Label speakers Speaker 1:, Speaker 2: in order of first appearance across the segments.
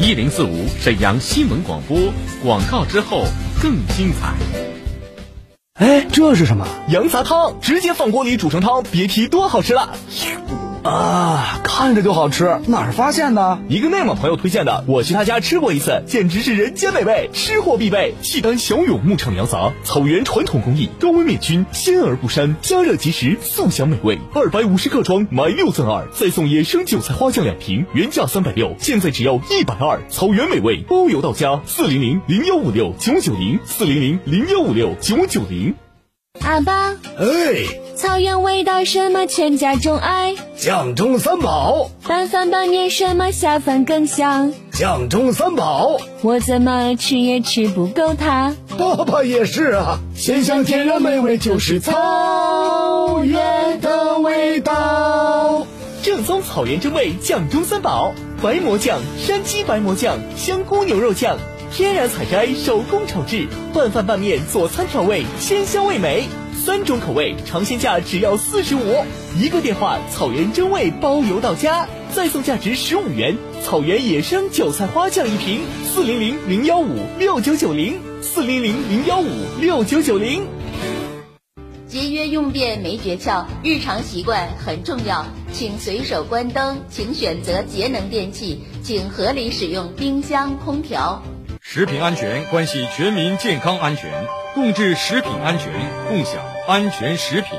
Speaker 1: 一零四五沈阳新闻广播广告之后更精彩。
Speaker 2: 哎，这是什么？
Speaker 3: 羊杂汤，直接放锅里煮成汤，别提多好吃了。
Speaker 2: 啊，看着就好吃，哪儿发现的？
Speaker 3: 一个内蒙朋友推荐的，我去他家吃过一次，简直是人间美味，吃货必备。契丹小勇牧场羊杂，草原传统工艺，高温灭菌，鲜而不膻，加热即食，速享美味。二百五十克装，买六赠二，再送野生韭菜花酱两瓶，原价三百六，现在只要一百二。草原美味，包邮到家。四零零零幺五六九九零，四零零零幺五六九九零。
Speaker 4: 阿爸，
Speaker 5: 哎，
Speaker 4: 草原味道什么全家钟爱，
Speaker 5: 酱中三宝，
Speaker 4: 拌饭拌面什么下饭更香，
Speaker 5: 酱中三宝，
Speaker 4: 我怎么吃也吃不够它。
Speaker 5: 爸爸也是啊。鲜香天然美味就是草原的味道。
Speaker 3: 正宗草原真味酱中三宝：白馍酱、山鸡白馍酱、香菇牛肉酱，天然采摘，手工炒制，拌饭拌面佐餐调味，鲜香味美。三种口味，尝鲜价只要四十五，一个电话，草原真味包邮到家，再送价值十五元草原野生韭菜花酱一瓶，四零零零幺五六九九零，四零零零幺五六九九零。
Speaker 6: 节约用电没诀窍，日常习惯很重要，请随手关灯，请选择节能电器，请合理使用冰箱、空调。
Speaker 7: 食品安全关系全民健康安全，共治食品安全，共享安全食品。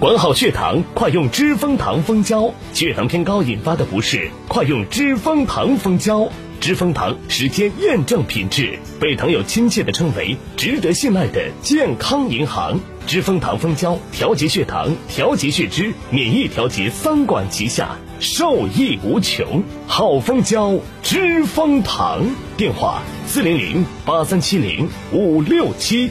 Speaker 8: 管好血糖，快用知蜂堂蜂胶。血糖偏高引发的不适，快用知蜂堂蜂胶。知蜂堂时间验证品质，被糖友亲切地称为值得信赖的健康银行。知蜂堂蜂胶调节血糖、调节血脂、免疫调节三管齐下，受益无穷。好蜂胶，知蜂堂。电话：四零零八三七零五六七。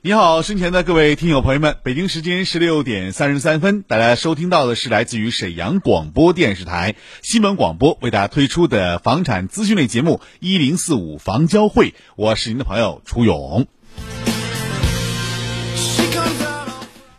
Speaker 9: 你好，身前的各位听友朋友们，北京时间十六点三十三分，大家收听到的是来自于沈阳广播电视台新闻广播为大家推出的房产资讯类节目《一零四五房交会》，我是您的朋友楚勇。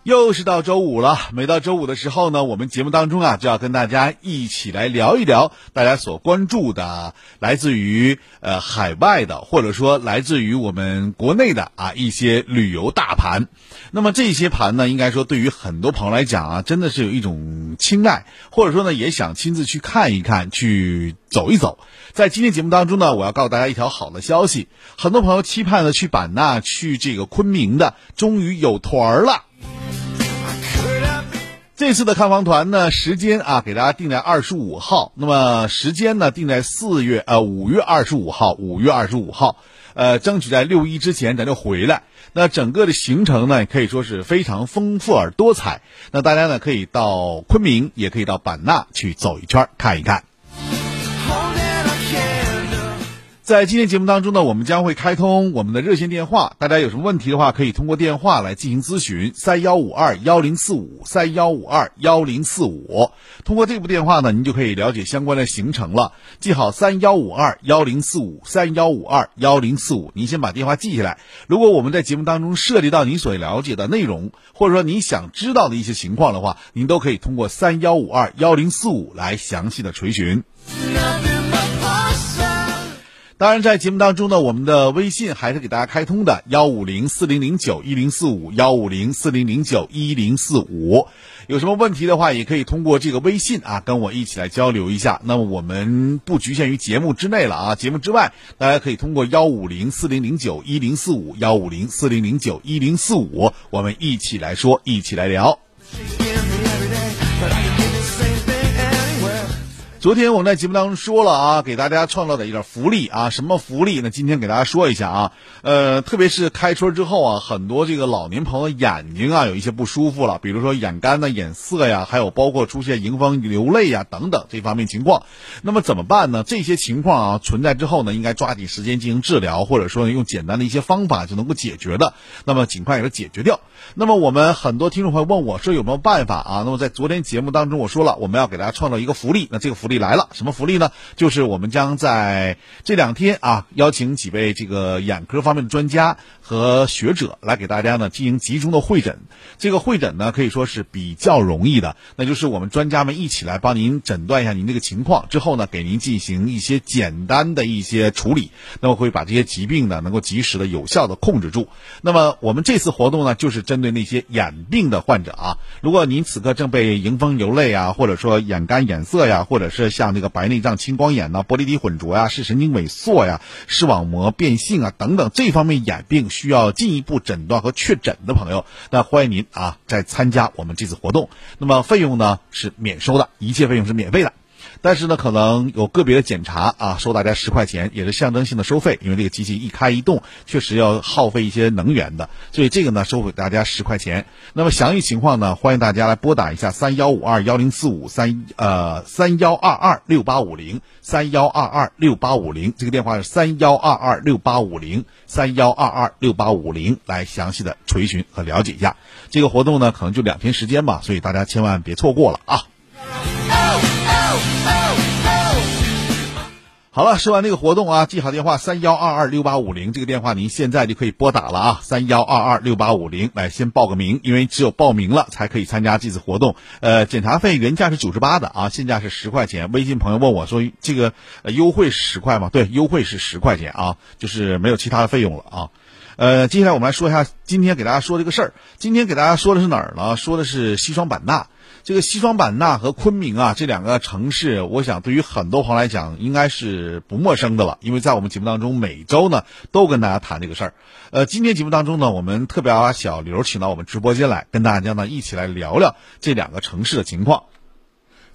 Speaker 9: 又是到周五了，每到周五的时候呢，我们节目当中啊，就要跟大家一起来聊一聊大家所关注的，来自于呃海外的，或者说来自于我们国内的啊一些旅游大盘。那么这些盘呢，应该说对于很多朋友来讲啊，真的是有一种青睐，或者说呢，也想亲自去看一看，去走一走。在今天节目当中呢，我要告诉大家一条好的消息，很多朋友期盼着去版纳、去这个昆明的，终于有团儿了。这次的看房团呢，时间啊给大家定在二十五号，那么时间呢定在四月呃五月二十五号，五月二十五号，呃，争取在六一之前咱就回来。那整个的行程呢，可以说是非常丰富而多彩。那大家呢可以到昆明，也可以到版纳去走一圈儿看一看。在今天节目当中呢，我们将会开通我们的热线电话，大家有什么问题的话，可以通过电话来进行咨询，三幺五二幺零四五三幺五二幺零四五。通过这部电话呢，您就可以了解相关的行程了。记好三幺五二幺零四五三幺五二幺零四五，您先把电话记下来。如果我们在节目当中涉及到你所了解的内容，或者说你想知道的一些情况的话，您都可以通过三幺五二幺零四五来详细的垂询。当然，在节目当中呢，我们的微信还是给大家开通的，幺五零四零零九一零四五，幺五零四零零九一零四五。有什么问题的话，也可以通过这个微信啊，跟我一起来交流一下。那么我们不局限于节目之内了啊，节目之外，大家可以通过幺五零四零零九一零四五，幺五零四零零九一零四五，我们一起来说，一起来聊。昨天我们在节目当中说了啊，给大家创造的一点福利啊，什么福利呢？今天给大家说一下啊，呃，特别是开春之后啊，很多这个老年朋友眼睛啊有一些不舒服了，比如说眼干呐、眼涩呀，还有包括出现荧光流泪呀等等这方面情况。那么怎么办呢？这些情况啊存在之后呢，应该抓紧时间进行治疗，或者说呢用简单的一些方法就能够解决的，那么尽快给它解决掉。那么我们很多听众朋友问我说有没有办法啊？那么在昨天节目当中我说了，我们要给大家创造一个福利，那这个福利。福利来了，什么福利呢？就是我们将在这两天啊，邀请几位这个眼科方面的专家和学者来给大家呢进行集中的会诊。这个会诊呢可以说是比较容易的，那就是我们专家们一起来帮您诊断一下您这个情况，之后呢给您进行一些简单的一些处理，那么会把这些疾病呢能够及时的、有效的控制住。那么我们这次活动呢就是针对那些眼病的患者啊，如果您此刻正被迎风流泪啊，或者说眼干眼涩呀，或者是是像这个白内障、青光眼呐、啊、玻璃体混浊呀、啊、视神经萎缩呀、啊、视网膜变性啊等等这方面眼病需要进一步诊断和确诊的朋友，那欢迎您啊再参加我们这次活动。那么费用呢是免收的，一切费用是免费的。但是呢，可能有个别的检查啊，收大家十块钱，也是象征性的收费，因为这个机器一开一动，确实要耗费一些能源的，所以这个呢，收给大家十块钱。那么详细情况呢，欢迎大家来拨打一下三幺五二幺零四五三呃三幺二二六八五零三幺二二六八五零，这个电话是三幺二二六八五零三幺二二六八五零，来详细的垂询和了解一下。这个活动呢，可能就两天时间吧，所以大家千万别错过了啊。好了，说完这个活动啊，记好电话三幺二二六八五零这个电话，您现在就可以拨打了啊，三幺二二六八五零来先报个名，因为只有报名了才可以参加这次活动。呃，检查费原价是九十八的啊，现价是十块钱。微信朋友问我说，这个、呃、优惠十块吗？对，优惠是十块钱啊，就是没有其他的费用了啊。呃，接下来我们来说一下今天给大家说这个事儿。今天给大家说的是哪儿呢？说的是西双版纳。这个西双版纳和昆明啊，这两个城市，我想对于很多朋友来讲，应该是不陌生的了。因为在我们节目当中，每周呢都跟大家谈这个事儿。呃，今天节目当中呢，我们特别把小刘请到我们直播间来，跟大家呢一起来聊聊这两个城市的情况。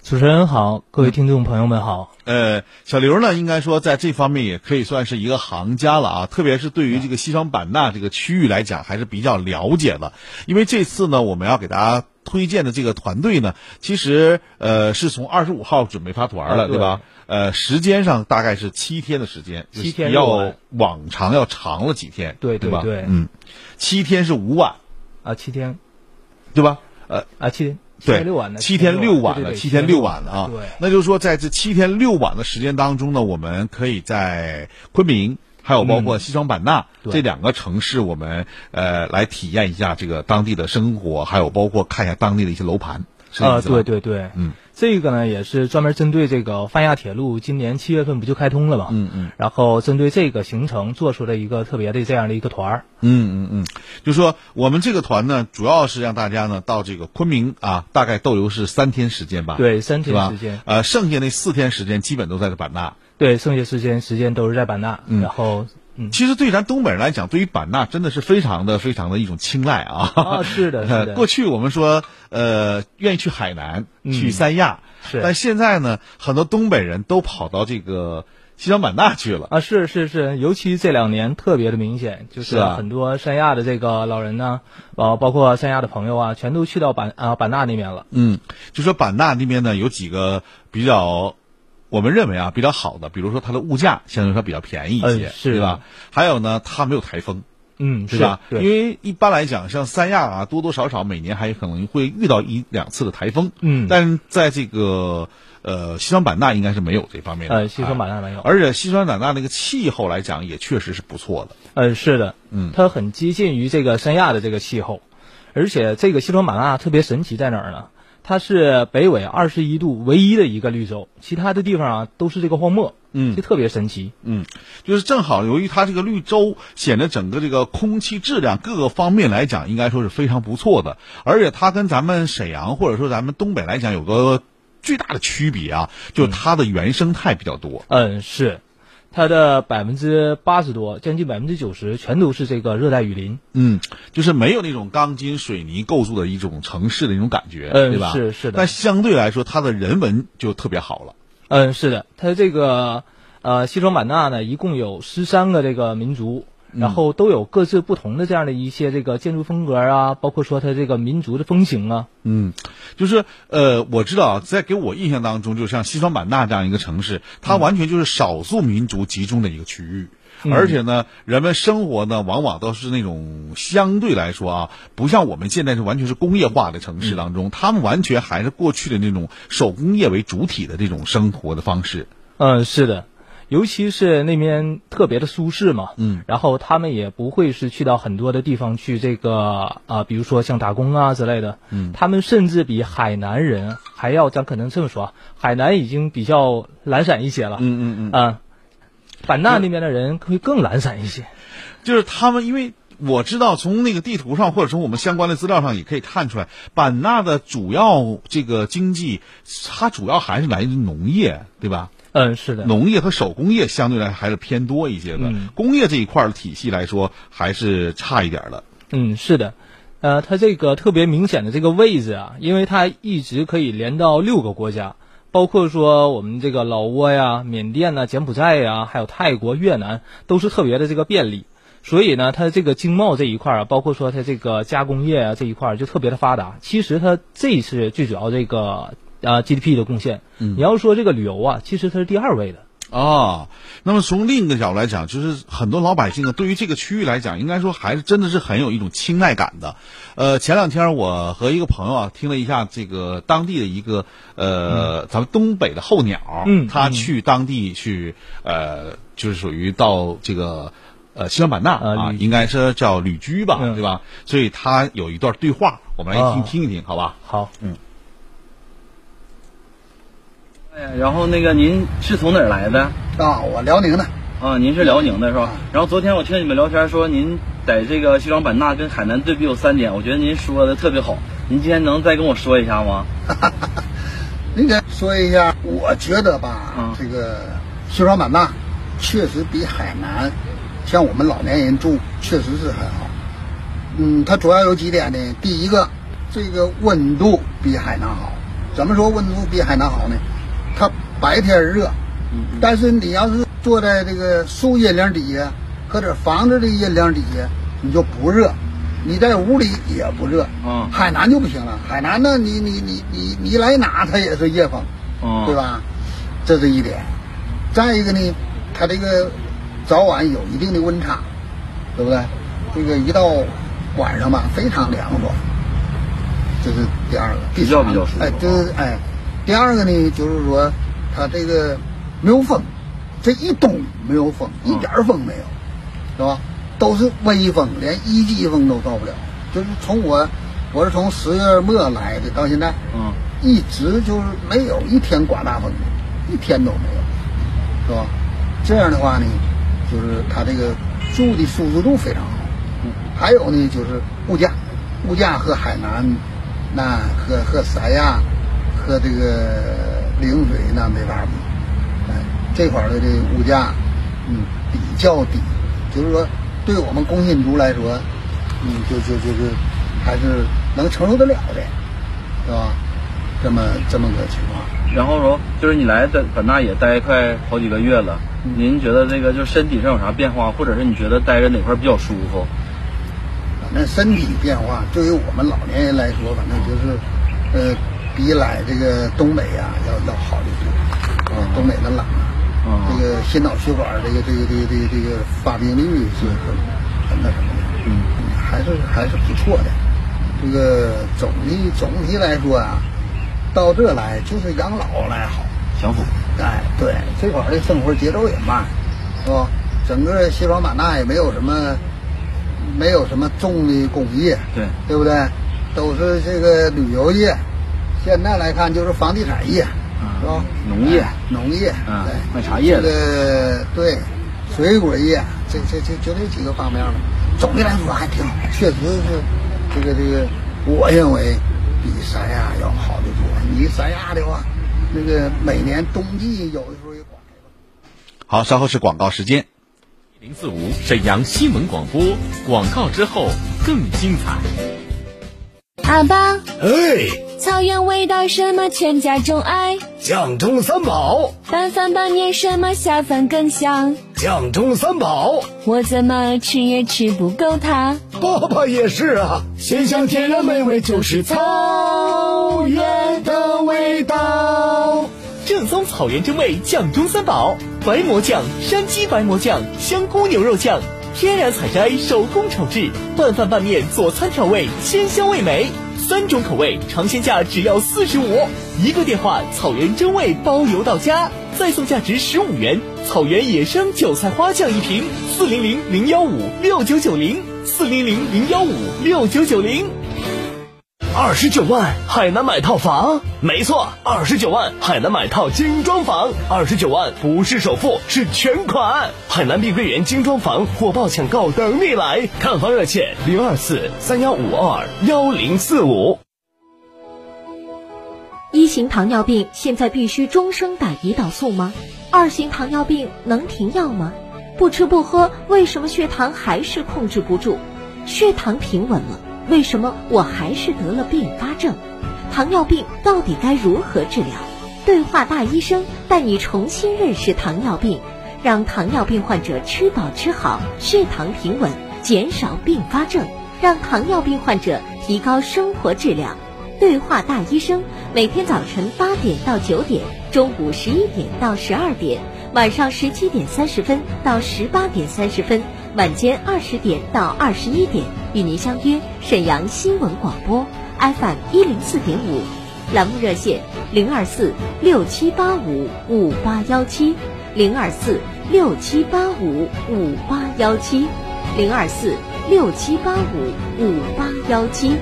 Speaker 10: 主持人好，各位听众朋友们好。
Speaker 9: 呃，小刘呢，应该说在这方面也可以算是一个行家了啊，特别是对于这个西双版纳这个区域来讲，还是比较了解的。因为这次呢，我们要给大家推荐的这个团队呢，其实呃是从二十五号准备发团了，
Speaker 10: 啊
Speaker 9: 对
Speaker 10: 对
Speaker 9: 吧？呃，时间上大概是七天的时间，
Speaker 10: 七天
Speaker 9: 就是
Speaker 10: 六
Speaker 9: 要
Speaker 10: 晚
Speaker 9: 往常要长了几天，
Speaker 10: 对
Speaker 9: 对
Speaker 10: 对
Speaker 9: 吧？
Speaker 10: 对
Speaker 9: 嗯，七天是五晚，
Speaker 10: 啊，七天
Speaker 9: 对吧？呃
Speaker 10: 啊，七天七
Speaker 9: 对，
Speaker 10: 天六晚的，
Speaker 9: 七天六晚
Speaker 10: 对对
Speaker 9: 了，
Speaker 10: 对
Speaker 9: 七天六晚了啊。
Speaker 10: 对，
Speaker 9: 那就是说，在这七天六晚的时间当中呢，我们可以在昆明，还有包括西双版纳、
Speaker 10: 嗯对
Speaker 9: 这两个城市，我们呃来体验一下这个当地的生活，还有包括看一下当地的一些楼盘。是这
Speaker 10: 啊，
Speaker 9: 意思吧
Speaker 10: 对，对对，
Speaker 9: 嗯，
Speaker 10: 这个呢也是专门针对这个泛亚铁路，今年七月份不就开通了嘛，
Speaker 9: 嗯嗯。
Speaker 10: 然后针对这个行程做出了一个特别的这样的一个团儿，
Speaker 9: 嗯嗯嗯，就说我们这个团呢，主要是让大家呢到这个昆明啊，大概逗留是三天时间吧，
Speaker 10: 对三
Speaker 9: 啊是
Speaker 10: 天
Speaker 9: 吧
Speaker 10: 时间
Speaker 9: 呃，剩下那四天时间基本都在这版纳。
Speaker 10: 对，剩下时间时间都是在版纳，
Speaker 9: 嗯
Speaker 10: 然后嗯，
Speaker 9: 其实对咱东北人来讲，对于版纳真的是非常的非常的一种青睐啊。
Speaker 10: 啊是 的是的
Speaker 9: 过去我们说，呃，愿意去海南、
Speaker 10: 嗯
Speaker 9: 去三亚，
Speaker 10: 是
Speaker 9: 但现在呢，很多东北人都跑到这个西双版纳去了。
Speaker 10: 啊，是是是，尤其这两年特别的明显，就是是
Speaker 9: 啊
Speaker 10: 很多三亚的这个老人呢，啊，包括三亚的朋友啊，全都去到版啊版纳那边了。
Speaker 9: 嗯，就说版纳那边呢，有几个比较。我们认为啊，比较好的，比如说它的物价相对来说比较便宜一些，
Speaker 10: 嗯是
Speaker 9: 对吧？还有呢，它没有台风，
Speaker 10: 嗯，
Speaker 9: 是吧？
Speaker 10: 对
Speaker 9: 因为一般来讲，像三亚啊，多多少少每年还可能会遇到一两次的台风。
Speaker 10: 嗯
Speaker 9: 但在这个呃西双版纳应该是没有这方面的。
Speaker 10: 呃，西双版纳没有。
Speaker 9: 哎而且西双版纳那个气候来讲，也确实是不错的。
Speaker 10: 呃，是的，
Speaker 9: 嗯
Speaker 10: 它很接近于这个三亚的这个气候，而且这个西双版纳特别神奇在哪儿呢？
Speaker 3: 它是北纬二十一度唯一的一个绿洲，其他的地方啊都是这个荒漠，
Speaker 9: 嗯，
Speaker 3: 就特别神奇，
Speaker 9: 嗯，就是正好由于它这个绿洲，显得整个这个空气质量各个方面来讲，应该说是非常不错的，而且它跟咱们沈阳或者说咱们东北来讲有个巨大的区别啊，就是它的原生态比较多，
Speaker 3: 嗯，是，它的百分之八十多，将近百分之九十，全都是这个热带雨林。
Speaker 9: 嗯，就是没有那种钢筋水泥构筑的一种城市的一种感觉，
Speaker 3: 嗯
Speaker 9: 对吧？
Speaker 3: 是是的
Speaker 9: 但相对来说，它的人文就特别好了。
Speaker 3: 嗯，是的，它这个呃西双版纳呢，一共有十三个这个民族，然后都有各自不同的这样的一些这个建筑风格啊，包括说它这个民族的风情啊。
Speaker 9: 嗯，就是呃，我知道啊，在给我印象当中，就像西双版纳这样一个城市，它完全就是少数民族集中的一个区域，
Speaker 3: 嗯
Speaker 9: 而且呢，人们生活呢，往往都是那种相对来说啊，不像我们现在是完全是工业化的城市当
Speaker 3: 嗯
Speaker 9: 中，他们完全还是过去的那种手工业为主体的这种生活的方式。
Speaker 3: 嗯，是的，尤其是那边特别的舒适嘛。
Speaker 9: 嗯，
Speaker 3: 然后他们也不会是去到很多的地方去这个啊、比如说像打工啊之类的。
Speaker 9: 嗯
Speaker 3: 他们甚至比海南人还要，咱可能这么说啊，海南已经比较懒散一些了。
Speaker 9: 嗯嗯嗯
Speaker 3: 啊、版纳那边的人会更懒散一些。
Speaker 9: 就是他们，因为我知道从那个地图上，或者从我们相关的资料上也可以看出来，版纳的主要这个经济，它主要还是来自农业，对吧？
Speaker 3: 嗯，是的。
Speaker 9: 农业和手工业相对来还是偏多一些的，
Speaker 3: 嗯
Speaker 9: 工业这一块的体系来说还是差一点的。
Speaker 3: 嗯，是的，呃，它这个特别明显的这个位置啊，因为它一直可以连到六个国家，包括说我们这个老挝呀、缅甸呐、柬埔寨呀，还有泰国、越南，都是特别的这个便利。所以呢，它这个经贸这一块儿啊，包括说它这个加工业啊这一块儿就特别的发达。其实它这是最主要这个呃 GDP 的贡献。
Speaker 9: 嗯
Speaker 3: 你要说这个旅游啊，其实它是第二位的。
Speaker 9: 啊、那么从另一个角度来讲，就是很多老百姓呢，对于这个区域来讲，应该说还是真的是很有一种青睐感的。呃，前两天我和一个朋友啊，听了一下这个当地的一个呃，咱们东北的候鸟，
Speaker 3: 嗯
Speaker 9: 他
Speaker 3: 嗯
Speaker 9: 去当地去呃，就是属于到这个。呃，西双版纳啊，应该是叫旅居吧，对吧？所以他有一段对话，我们来听、
Speaker 11: 啊
Speaker 9: 听一听，好吧？
Speaker 3: 好，
Speaker 9: 嗯，
Speaker 11: 哎然后那个您是从哪儿来的？啊，我辽宁的。啊，您是辽宁的是吧？然后昨天我听你们聊天说您在这个西双版纳跟海南对比有三点，我觉得您说的特别好。您今天能再跟我说一下吗？
Speaker 5: 那个说一下，我觉得吧，这个西双版纳确实比海南，像我们老年人住确实是很好。嗯，它主要有几点呢？第一个，这个温度比海南好。怎么说温度比海南好呢？它白天热，但是你要是坐在这个树阴凉底下，或者房子的阴凉底下，你就不热。你在屋里也不热，
Speaker 11: 嗯
Speaker 5: 海南就不行了。海南呢，你你你你你来哪，它也是夜风，
Speaker 11: 嗯
Speaker 5: 对吧？这是一点。再一个呢，它这个早晚有一定的温差，对不对？这个一到晚上吧，非常凉爽，这是第二个。第
Speaker 11: 比较
Speaker 5: 三
Speaker 11: 比较舒服
Speaker 5: 哎，这是哎，第二个呢，就是说它这个没有风，这一冬没有风，
Speaker 11: 嗯
Speaker 5: 一点儿风没有，是吧？都是微风，连一级风都到不了。就是从我，我是从十月末来的，到现在，
Speaker 11: 嗯，
Speaker 5: 一直就是没有一天刮大风的，一天都没有，是吧？这样的话呢，就是它这个住的舒适度非常好。还有呢，就是物价，物价和海南，那和和三亚，和这个陵水那没法比。哎，这块儿的这个物价，嗯，比较低，就是说对我们工薪族来说，嗯，就就就是还是能承受得了的，是吧？这么这么个情况。
Speaker 11: 然后说就是你来在版纳也待快好几个月了，您觉得这个就是身体上有啥变化，或者是你觉得待着哪块儿比较舒服？
Speaker 5: 反正身体变化对于我们老年人来说，反正就是，呃，比来这个东北啊要要好得多。啊，东北的冷，
Speaker 11: 嗯
Speaker 5: 这个心脑血管这个这个这个这个这个发病率是很很那什么的，嗯，还是还是不错的。这个总体总体来说啊，到这来就是养老来好。
Speaker 11: 享福。
Speaker 5: 哎，对，这块儿的生活节奏也慢，是吧？整个西双版纳也没有什么，没有什么重的工业，
Speaker 11: 对，
Speaker 5: 对不对？都是这个旅游业，现在来看就是房地产业，是吧？
Speaker 12: 啊农业
Speaker 5: 哎农业，
Speaker 12: 啊
Speaker 5: 对，
Speaker 12: 卖茶叶
Speaker 5: 这
Speaker 12: 的
Speaker 5: 个对，水果业，这这这就这几个方面吧。总的来说还挺好，确实是这个这个，我认为比三亚要好得多。你三亚的话，那个每年冬季有的时候也管。
Speaker 9: 好，稍后是广告时间。
Speaker 1: 零四五沈阳新闻广播，广告之后更精彩。
Speaker 4: 阿爸，
Speaker 1: 哎，
Speaker 4: 草原味道什么全家钟爱，
Speaker 13: 酱中三宝，
Speaker 4: 拌饭拌面什么下饭更香，
Speaker 13: 酱中三宝，
Speaker 4: 我怎么吃也吃不够它。
Speaker 13: 爸爸也是啊，鲜香天然美味就是草原的味道。
Speaker 3: 正宗草原真味酱中三宝：白馍酱、山鸡白馍酱、香菇牛肉酱，天然采摘，手工炒制，拌饭拌面佐餐调味，鲜香味美。三种口味，尝鲜价只要四十五，一个电话，草原真味包邮到家，再送价值十五元草原野生韭菜花酱一瓶，四零零零幺五六九九零，四零零零幺五六九九零。
Speaker 13: 二十九万海南买套房，没错，二十九万海南买套精装房，二十九万不是首付是全款，海南碧桂园精装房火爆抢购等你来，看房热线零二四三幺五二幺零四五。
Speaker 14: 一型糖尿病现在必须终生打胰岛素吗？二型糖尿病能停药吗？不吃不喝，为什么血糖还是控制不住？血糖平稳了，为什么我还是得了并发症？糖尿病到底该如何治疗？对话大医生带你重新认识糖尿病，让糖尿病患者吃饱吃好，血糖平稳，减少并发症，让糖尿病患者提高生活质量。对话大医生，每天早晨八点到九点，中午十一点到十二点，晚上十七点三十分到十八点三十分，晚间二十点到二十一点，与您相约沈阳新闻广播 FM 一零四点五，栏目热线零二四六七八五五八幺七零二四六七八五五八幺七零二四六七八五五八幺七。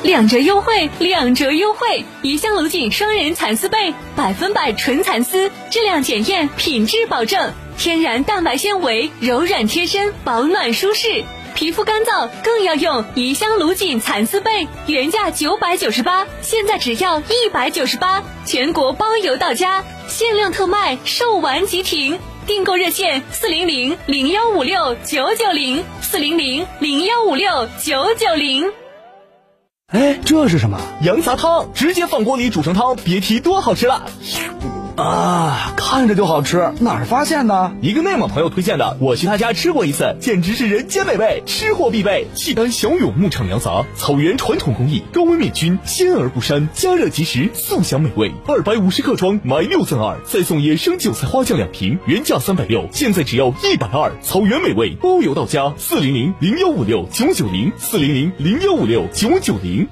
Speaker 15: 两折优惠，两折优惠！怡香龙井双人蚕丝被，百分百纯蚕丝，质量检验，品质保证，天然蛋白纤维，柔软贴身，保暖舒适。皮肤干燥更要用怡香龙井蚕丝被，原价九百九十八，现在只要一百九十八，全国包邮到家，限量特卖，售完即停。订购热线：四零零零幺五六九九零，四零零零幺五六九九零。
Speaker 3: 哎，这是什么？羊杂汤，直接放锅里煮成汤，别提多好吃了。啊，看着就好吃，哪儿发现的？一个内蒙朋友推荐的，我去他家吃过一次，简直是人间美味，吃货必备。契丹小勇牧场羊杂，草原传统工艺，高温灭菌，鲜而不膻，加热即食，速享美味。二百五十克装，买六赠二，再送野生韭菜花酱两瓶，原价三百六，现在只要一百二。草原美味包邮到家，四零零零幺五六九九零，四零零零幺五六九九零。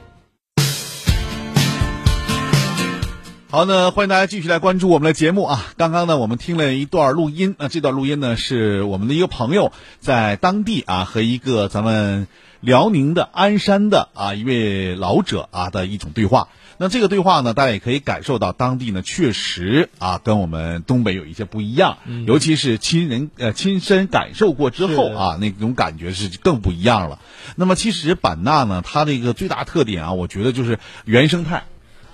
Speaker 9: 好，那欢迎大家继续来关注我们的节目啊！刚刚呢，我们听了一段录音，那、这段录音呢是我们的一个朋友在当地啊和一个咱们辽宁的鞍山的啊一位老者啊的一种对话。那这个对话呢，大家也可以感受到当地呢确实啊跟我们东北有一些不一样，
Speaker 1: 嗯
Speaker 9: 尤其是亲人呃亲身感受过之后啊，那种感觉是更不一样了。那么其实版纳呢，它的一个最大特点啊，我觉得就是原生态。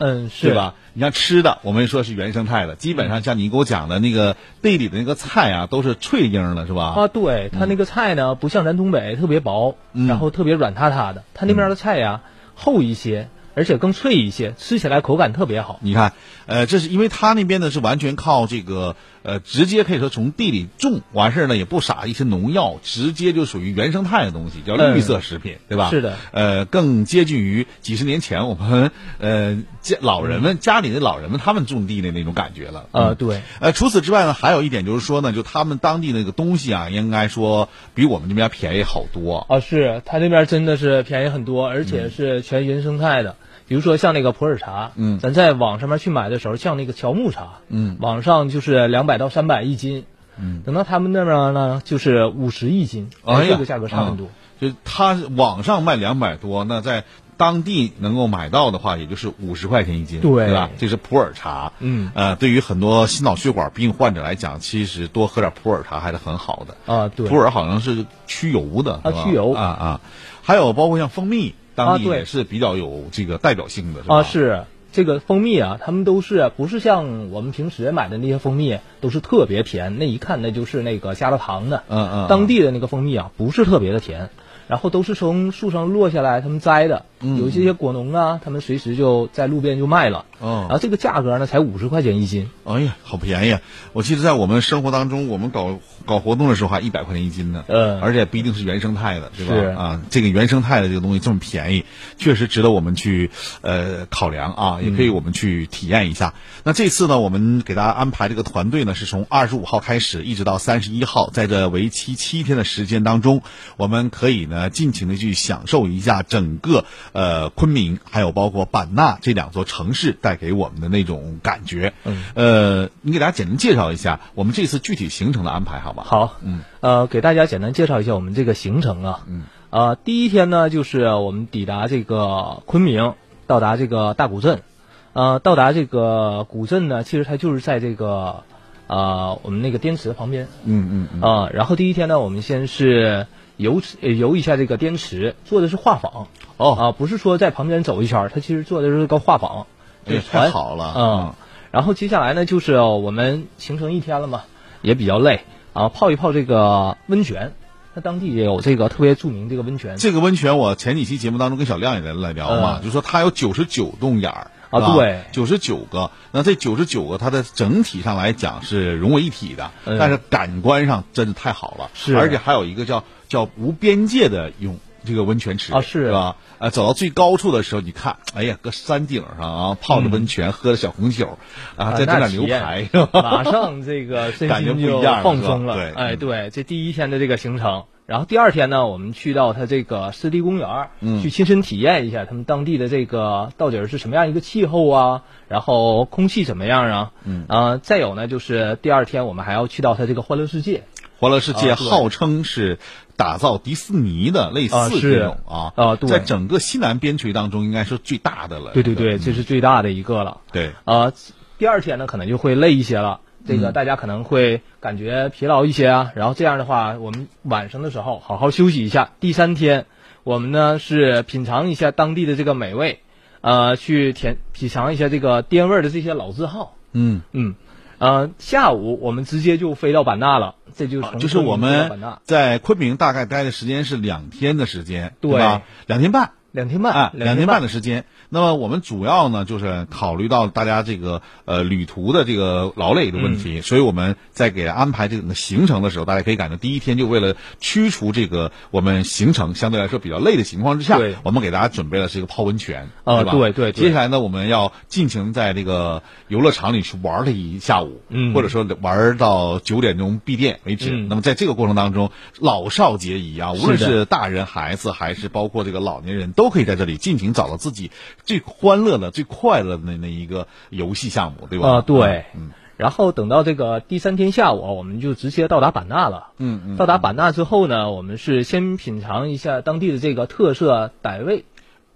Speaker 10: 嗯，
Speaker 9: 对吧？？你像吃的，我们说是原生态的，基本上像你给我讲的那个地里的那个菜啊，都是翠英的，是吧？
Speaker 10: 啊，对，它那个菜
Speaker 13: 嗯
Speaker 10: 呢，不像咱东北特别薄，然后特别软塌塌的，它那边的菜呀、厚一些，而且更脆一些，吃起来口感特别好。
Speaker 9: 你看，呃，这是因为他那边呢是完全靠这个，呃，直接可以说从地里种完事儿呢，也不撒一些农药，直接就属于原生态的东西，叫
Speaker 10: 嗯
Speaker 9: 绿色食品，对吧？
Speaker 10: 是的。
Speaker 9: 呃，更接近于几十年前我们呃家老人们家里的老人们他们种地的那种感觉了。
Speaker 10: 啊
Speaker 9: 嗯
Speaker 10: 对。
Speaker 9: 呃，除此之外呢，还有一点就是说呢，就他们当地那个东西啊，应该说比我们这边便宜好多。
Speaker 10: 啊，是它那边真的是便宜很多，而且是全原生态的。比如说像那个普洱茶，
Speaker 9: 嗯
Speaker 10: 咱在网上面去买的时候，像那个乔木茶，
Speaker 9: 嗯
Speaker 10: 网上就是两百到三百一斤，
Speaker 9: 嗯，
Speaker 10: 等到他们那边呢，就是五十一斤，
Speaker 9: 哎呀，
Speaker 10: 这个价格差很多。
Speaker 9: 嗯。就是他网上卖两百多，那在当地能够买到的话，也就是五十块钱一斤，
Speaker 10: 对
Speaker 9: 吧？这是普洱茶，
Speaker 10: 嗯
Speaker 9: 呃，对于很多心脑血管病患者来讲，其实多喝点普洱茶还是很好的。
Speaker 10: 啊，对，
Speaker 9: 普洱好像是去油的，
Speaker 10: 啊
Speaker 9: 是吧
Speaker 10: 去油
Speaker 9: 啊啊，还有包括像蜂蜜，当地
Speaker 10: 啊对
Speaker 9: 也是比较有这个代表性的，是吧？
Speaker 10: 啊，是这个蜂蜜啊，他们都是不是像我们平时买的那些蜂蜜都是特别甜，那一看那就是那个加了糖的。
Speaker 9: 嗯嗯嗯
Speaker 10: 当地的那个蜂蜜啊，不是特别的甜，然后都是从树上落下来，他们摘的。
Speaker 9: 嗯
Speaker 10: 有一些果农啊，他们随时就在路边就卖了。
Speaker 9: 哦
Speaker 10: 然后这个价格呢，才五十块钱一斤。
Speaker 9: 哎呀，好便宜！啊！我记得在我们生活当中，我们搞搞活动的时候还一百块钱一斤呢，
Speaker 10: 嗯
Speaker 9: 而且不一定是原生态的，对吧？
Speaker 10: 是
Speaker 9: 啊，这个原生态的这个东西这么便宜，确实值得我们去呃考量啊，也可以我们去体验一下。那这次呢，我们给大家安排这个团队呢，是从二十五号开始，一直到三十一号，在这为期七天的时间当中，我们可以呢尽情的去享受一下整个呃昆明，还有包括版纳这两座城市带给我们的那种感觉。
Speaker 10: 嗯，
Speaker 9: 呃，你给大家简单介绍一下我们这次具体行程的安排，好吧？
Speaker 10: 好，
Speaker 9: 嗯，
Speaker 10: 呃，给大家简单介绍一下我们这个行程啊。
Speaker 9: 嗯，
Speaker 10: 呃，第一天呢，就是我们抵达这个昆明，到达这个大古镇。呃，到达这个古镇呢，其实它就是在这个呃我们那个滇池旁边。
Speaker 9: 嗯嗯嗯。
Speaker 10: 啊、然后第一天呢，我们先是游呃游一下这个滇池，做的是画舫。
Speaker 9: 哦，
Speaker 10: 啊、不是说在旁边走一圈儿，它其实做的是个画舫，
Speaker 9: 哎
Speaker 10: 对，
Speaker 9: 太
Speaker 10: 船。
Speaker 9: 好了
Speaker 10: 嗯。然后接下来呢，就是我们行程一天了嘛，也比较累啊，泡一泡这个温泉。那当地也有这个特别著名这个温泉。
Speaker 9: 这个温泉我前几期节目当中跟小亮也来来聊嘛，
Speaker 10: 嗯
Speaker 9: 就说它有九十九洞眼儿
Speaker 10: 啊对，
Speaker 9: 九十九个。那这九十九个，它的整体上来讲是融为一体的，
Speaker 10: 嗯
Speaker 9: 但是感官上真的太好了，
Speaker 10: 是
Speaker 9: 而且还有一个叫叫无边界的泳。这个温泉池
Speaker 10: 啊是
Speaker 9: 吧？呃，走到最高处的时候，你看，哎呀，搁山顶上啊，泡着温
Speaker 10: 嗯
Speaker 9: 泉，喝着小红酒，啊，再整点牛 排，是吧
Speaker 10: 马上这个身
Speaker 9: 感觉
Speaker 10: 心
Speaker 9: 不一
Speaker 10: 就
Speaker 9: 样了
Speaker 10: 放松了。
Speaker 9: 是吧对嗯
Speaker 10: 哎，对，这第一天的这个行程。然后第二天呢，我们去到它这个湿地公园儿，
Speaker 9: 嗯
Speaker 10: 去亲身体验一下他们当地的这个到底是什么样一个气候啊，然后空气怎么样啊，
Speaker 9: 嗯
Speaker 10: 呃，再有呢，就是第二天我们还要去到它这个欢乐世界，
Speaker 9: 欢乐世界
Speaker 10: 啊对
Speaker 9: 号称是打造迪士尼的类
Speaker 10: 啊
Speaker 9: 似
Speaker 10: 是
Speaker 9: 这种啊，
Speaker 10: 啊对
Speaker 9: 在整个西南边陲当中应该是最大的了。
Speaker 10: 对对对，这是最大的一个了。
Speaker 9: 对，
Speaker 10: 呃，第二天呢可能就会累一些了，这个
Speaker 9: 嗯
Speaker 10: 大家可能会感觉疲劳一些啊。然后这样的话，我们晚上的时候好好休息一下。第三天，我们呢是品尝一下当地的这个美味，呃，去甜品尝一下这个滇味儿的这些老字号。
Speaker 9: 嗯
Speaker 10: 嗯，呃，下午我们直接就飞到版纳了，这就从
Speaker 9: 啊就是我
Speaker 10: 昆明飞到版
Speaker 9: 们
Speaker 10: 纳
Speaker 9: 在昆明大概待的时间是两天的时间，
Speaker 10: 对
Speaker 9: 吧？两天半。
Speaker 10: 两天半
Speaker 9: 啊，两天
Speaker 10: 两天
Speaker 9: 半
Speaker 10: 半
Speaker 9: 的时间。那么我们主要呢，就是考虑到大家这个呃旅途的这个劳累的问题，
Speaker 10: 嗯
Speaker 9: 所以我们在给安排这个行程的时候，大家可以感觉第一天就为了驱除这个我们行程相对来说比较累的情况之下
Speaker 10: 对，
Speaker 9: 我们给大家准备了这个泡温泉，
Speaker 10: 啊
Speaker 9: 对吧？
Speaker 10: 对对对
Speaker 9: 接下来呢，我们要尽情在这个游乐场里去玩了一下午，
Speaker 10: 嗯
Speaker 9: 或者说玩到九点钟闭店为止。
Speaker 10: 嗯
Speaker 9: 那么在这个过程当中，老少皆宜啊，无论
Speaker 10: 是的
Speaker 9: 是大人、孩子，还是包括这个老年人，都可以在这里尽情找到自己最欢乐的、最快乐的那一个游戏项目，对吧？
Speaker 10: 啊、对。
Speaker 9: 嗯
Speaker 10: 然后等到这个第三天下午啊，我们就直接到达版纳了。
Speaker 9: 嗯嗯。
Speaker 10: 到达版纳之后呢，我们是先品尝一下当地的这个特色傣味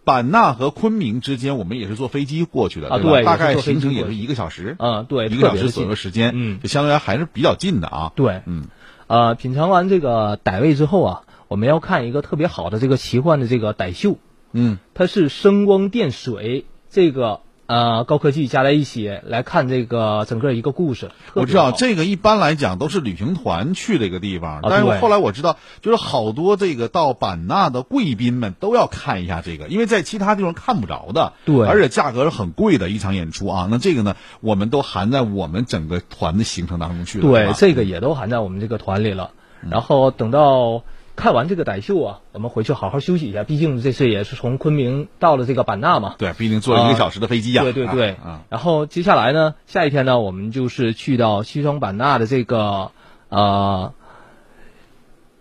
Speaker 9: 版纳和昆明之间，我们也是坐飞机过去的，
Speaker 10: 啊
Speaker 9: 对吧？
Speaker 10: 对
Speaker 9: 大概
Speaker 10: 也是坐飞
Speaker 9: 行
Speaker 10: 机
Speaker 9: 程也
Speaker 10: 过
Speaker 9: 是
Speaker 10: 去
Speaker 9: 一个小时，
Speaker 10: 嗯对
Speaker 9: 一个
Speaker 10: 特
Speaker 9: 小
Speaker 10: 别
Speaker 9: 时
Speaker 10: 的
Speaker 9: 左右
Speaker 10: 近
Speaker 9: 时间，
Speaker 10: 嗯
Speaker 9: 就相对来还是比较近的啊。
Speaker 10: 对，
Speaker 9: 嗯，
Speaker 10: 呃，品尝完这个傣味之后啊，我们要看一个特别好的这个奇幻的这个傣秀，
Speaker 9: 嗯，
Speaker 10: 它是声光电水这个呃高科技加在一起来看这个整个一个故事。特别
Speaker 9: 我知道
Speaker 10: 好
Speaker 9: 这个一般来讲都是旅行团去的一个地方，但是我
Speaker 10: 啊对
Speaker 9: 后来我知道，就是好多这个到版纳的贵宾们都要看一下这个，因为在其他地方看不着的，
Speaker 10: 对
Speaker 9: 而且价格是很贵的一场演出啊。那这个呢，我们都含在我们整个团的行程当中去了，是
Speaker 10: 对，
Speaker 9: 吧嗯
Speaker 10: 这个也都含在我们这个团里了。然后等到看完这个傣秀啊，我们回去好好休息一下，毕竟这次也是从昆明到了这个版纳嘛。
Speaker 9: 对，毕竟坐了一个小时的飞机呀、
Speaker 10: 啊对对对。
Speaker 9: 啊，
Speaker 10: 然后接下来呢，下一天呢，我们就是去到西双版纳的这个呃，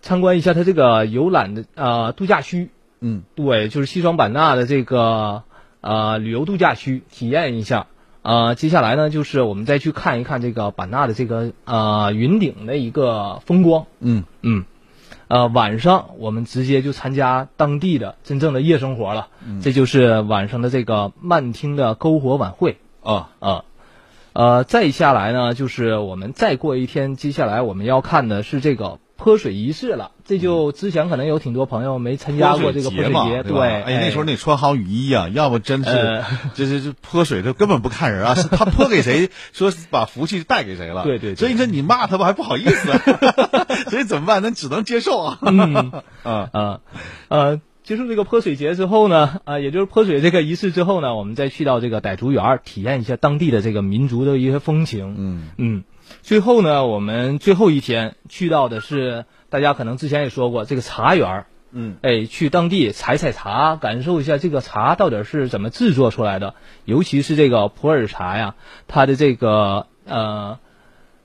Speaker 10: 参观一下它这个游览的呃度假区。
Speaker 9: 嗯，
Speaker 10: 对，就是西双版纳的这个呃旅游度假区，体验一下。呃，接下来呢，就是我们再去看一看这个版纳的这个呃云顶的一个风光。
Speaker 9: 嗯
Speaker 10: 嗯，呃，晚上我们直接就参加当地的真正的夜生活了，
Speaker 9: 嗯
Speaker 10: 这就是晚上的这个慢听的篝火晚会
Speaker 9: 啊
Speaker 10: 啊。呃，再下来呢，就是我们再过一天，接下来我们要看的是这个泼水仪式了。这就之前可能有挺多朋友没参加过这个
Speaker 9: 嗯
Speaker 10: 泼
Speaker 9: 节
Speaker 10: 水
Speaker 9: 嘛，
Speaker 10: 节，
Speaker 9: 对吧？哎呀，那时候你得穿好雨衣呀、要不真是
Speaker 10: 呃，
Speaker 9: 这这这泼水，这根本不看人啊！是他泼给谁，说是把福气带给谁了？
Speaker 10: 对对对
Speaker 9: 所以你说你骂他吧，还不好意思，啊 所以怎么办？那只能接受啊。
Speaker 10: 嗯
Speaker 9: 啊
Speaker 10: 啊呃，结束这个泼水节之后呢，啊、也就是泼水这个仪式之后呢，我们再去到这个傣族园儿体验一下当地的这个民族的一些风情。
Speaker 9: 嗯
Speaker 10: 嗯，最后呢，我们最后一天去到的是大家可能之前也说过这个茶园儿。
Speaker 9: 嗯，
Speaker 10: 哎，去当地采采茶，感受一下这个茶到底是怎么制作出来的，尤其是这个普洱茶呀，它的这个呃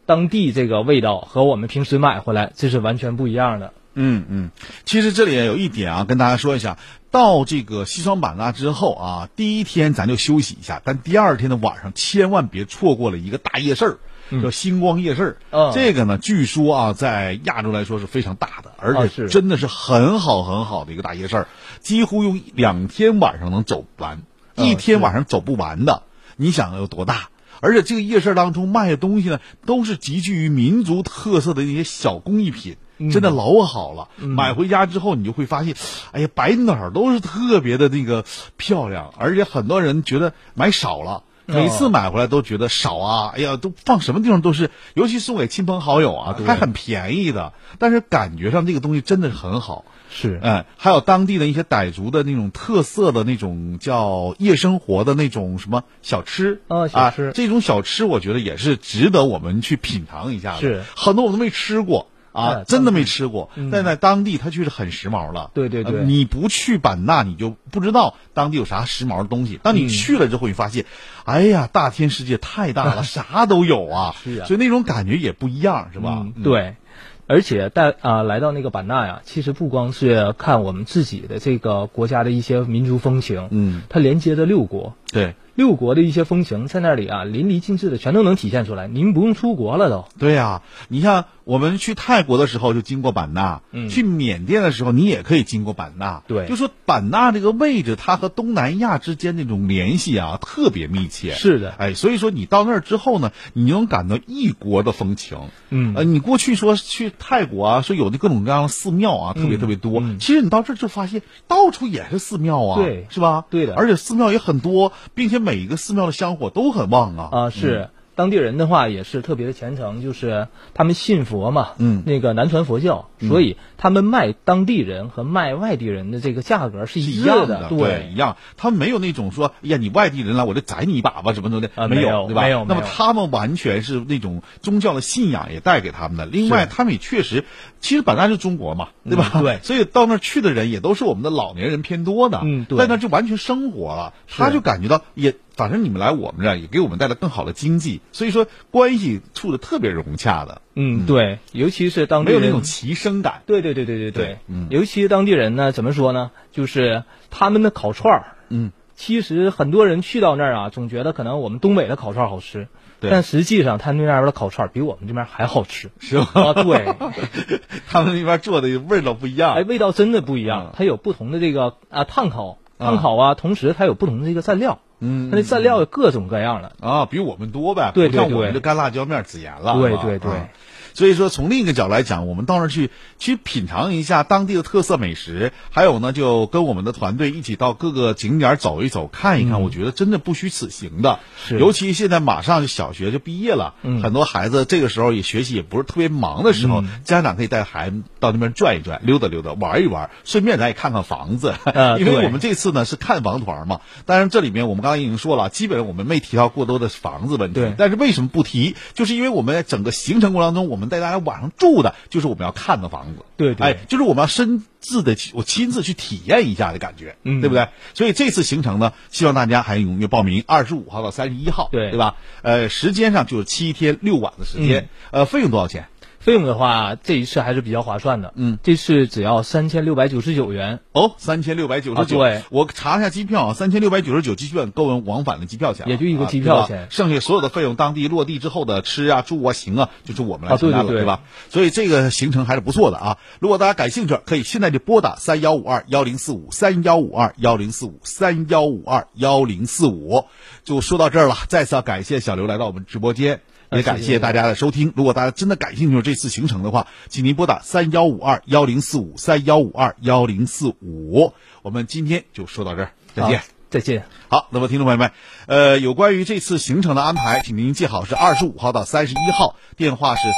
Speaker 10: 当地这个味道和我们平时买回来这是完全不一样的。
Speaker 9: 嗯嗯，其实这里也有一点啊，跟大家说一下，到这个西双版纳之后啊，第一天咱就休息一下，但第二天的晚上千万别错过了一个大夜市儿。叫星光夜市儿，
Speaker 10: 嗯
Speaker 9: 这个呢，据说啊，在亚洲来说是非常大的，而
Speaker 10: 啊
Speaker 9: 且
Speaker 10: 是
Speaker 9: 真的是很好很好的一个大夜市儿，几乎用两天晚上能走完，
Speaker 10: 嗯
Speaker 9: 一天晚上走不完的，你想有多大？而且这个夜市当中卖的东西呢，都是极具于民族特色的一些小工艺品，真的老好了。买回家之后，你就会发现，哎呀，摆哪儿都是特别的那个漂亮，而且很多人觉得买少了。
Speaker 10: 哦
Speaker 9: 每次买回来都觉得少啊，哎呀，都放什么地方都是，尤其送给亲朋好友啊，还很便宜的。但是感觉上这个东西真的是很好，
Speaker 10: 是，
Speaker 9: 哎，还有当地的一些傣族的那种特色的那种叫夜生活的那种什么小吃
Speaker 10: 啊小吃
Speaker 9: 这种小吃我觉得也是值得我们去品尝一下的。
Speaker 10: 是
Speaker 9: 很多我都没吃过啊，
Speaker 10: 哎
Speaker 9: 真的没吃过。
Speaker 10: 嗯
Speaker 9: 但在当地它却是很时髦了。
Speaker 10: 对对对
Speaker 9: 呃你不去版纳，你就不知道当地有啥时髦的东西。当你
Speaker 10: 嗯
Speaker 9: 去了之后，你发现，哎呀，大千世界太大 了，啥都有啊。
Speaker 10: 是啊
Speaker 9: 所以那种感觉也不一样，是吧？嗯
Speaker 10: 对，而且带啊、来到那个版纳呀，其实不光是看我们自己的这个国家的一些民族风情，
Speaker 9: 嗯，
Speaker 10: 它连接着六国，
Speaker 9: 对
Speaker 10: 六国的一些风情在那里啊淋漓尽致的全都能体现出来，您不用出国了都。
Speaker 9: 对呀、你像我们去泰国的时候就经过版纳，去缅甸的时候你也可以经过版纳。
Speaker 10: 嗯对
Speaker 9: 就说版纳这个位置，它和东南亚之间那种联系啊特别密切。
Speaker 10: 是的
Speaker 9: 哎，所以说你到那儿之后呢，你能感到异国的风情。
Speaker 10: 嗯
Speaker 9: 呃，你过去说去泰国啊，说有的各种各样的寺庙啊，特别
Speaker 10: 嗯
Speaker 9: 特别多。其实你到这儿就发现到处也是寺庙啊，
Speaker 10: 对
Speaker 9: 是吧？
Speaker 10: 对的
Speaker 9: 而且寺庙也很多，并且每一个寺庙的香火都很旺啊。
Speaker 10: 啊，是、当地人的话也是特别的虔诚，就是他们信佛嘛，
Speaker 9: 嗯
Speaker 10: 那个南传佛教，
Speaker 9: 嗯
Speaker 10: 所以他们卖当地人和卖外地人的这个价格是
Speaker 9: 是
Speaker 10: 一
Speaker 9: 一
Speaker 10: 致
Speaker 9: 样
Speaker 10: 的，
Speaker 9: 对，一样。他没有那种说，哎呀，你外地人来，我就宰你一把吧，什么什么的，
Speaker 10: 啊
Speaker 9: 没
Speaker 10: 没有
Speaker 9: 对吧？
Speaker 10: 没有
Speaker 9: 那么
Speaker 10: 没有
Speaker 9: 他们完全是那种宗教的信仰也带给他们的。另外，他们也确实，其实版纳是中国嘛，对吧？
Speaker 10: 嗯对
Speaker 9: 所以到那儿去的人也都是我们的老年人偏多的，
Speaker 10: 嗯对
Speaker 9: 在那儿就完全生活了，他就感觉到也。反正你们来我们这儿也给我们带来更好的经济，所以说关系处的特别融洽的，
Speaker 10: 嗯，对，尤其是当地
Speaker 9: 没有
Speaker 10: 人
Speaker 9: 那种齐声感。
Speaker 10: 对对对对对
Speaker 9: 对嗯
Speaker 10: 尤其当地人呢，怎么说呢？就是他们的烤串儿，
Speaker 9: 嗯，
Speaker 10: 其实很多人去到那儿啊，总觉得可能我们东北的烤串儿好吃，
Speaker 9: 对
Speaker 10: 但实际上他们那边的烤串儿比我们这边还好吃，
Speaker 9: 是吧？
Speaker 10: 啊，对，
Speaker 9: 他们那边做的味道不一样。
Speaker 10: 哎，味道真的不一样，它有不同的这个啊炭烤，炭烤啊，同时它有不同的这个蘸料，
Speaker 9: 嗯
Speaker 10: 它那蘸料有各种各样的，
Speaker 9: 啊，比我们多呗，
Speaker 10: 对
Speaker 9: 不
Speaker 10: 对
Speaker 9: 像我们
Speaker 10: 对
Speaker 9: 这干辣椒面儿紫盐了，
Speaker 10: 对
Speaker 9: 是吧
Speaker 10: 对对
Speaker 9: 啊所以说，从另一个角度来讲，我们到那儿去去品尝一下当地的特色美食，还有呢，就跟我们的团队一起到各个景点儿走一走、看一看，我觉得真的不虚此行的。
Speaker 10: 嗯是
Speaker 9: 尤其现在马上就小学就毕业了，
Speaker 10: 嗯
Speaker 9: 很多孩子这个时候也学习也不是特别忙的时候，家长可以带孩子到那边转一转、溜达溜达、玩一玩，顺便咱也看看房子，
Speaker 10: 呃
Speaker 9: 因为
Speaker 10: 对
Speaker 9: 我们这次呢是看房团嘛。当然，这里面我们刚才已经说了，基本上我们没提到过多的房子问题。
Speaker 10: 对
Speaker 9: 但是为什么不提？就是因为我们在整个行程过程当中，我们带大家晚上住的就是我们要看的房子。
Speaker 10: 对对
Speaker 9: 哎，就是我们要深自的，我亲自去体验一下的感觉，
Speaker 10: 嗯
Speaker 9: 对不对？所以这次行程呢，希望大家还踊跃报名，二十五号到三十一号，
Speaker 10: 对嗯
Speaker 9: 对吧？呃，时间上就是七天六晚的时间，呃，费用多少钱？
Speaker 10: 费用的话，这一次还是比较划算的。嗯，这次只要三千六百九十九元。
Speaker 9: 哦，三千六百九十九。
Speaker 10: 啊对，
Speaker 9: 我查一下机票啊，三千六百九十九基本够往返的机票钱了，
Speaker 10: 也就一个
Speaker 9: 啊
Speaker 10: 机票
Speaker 9: 对吧
Speaker 10: 钱
Speaker 9: 剩下所有的费用，当地落地之后的吃啊、住啊、行啊，就是我们来
Speaker 10: 啊对
Speaker 9: 承担了，
Speaker 10: 对对
Speaker 9: 吧？所以这个行程还是不错的啊。如果大家感兴趣，可以现在就拨打三幺五二幺零四五三幺五二幺零四五三幺五二幺零四五。就说到这儿了，再次要啊感谢小刘来到我们直播间。
Speaker 10: 啊
Speaker 9: 也感
Speaker 10: 谢谢
Speaker 9: 谢大家的收听。如果大家真的感兴趣这次行程的话，请您拨打三幺五二幺零四五三幺五二幺零四五。我们今天就说到这儿，再见
Speaker 10: 好。啊再见。
Speaker 9: 好，那么听众朋友们，呃，有关于这次行程的安排，请您记好是二十五号到三十一号，电话是。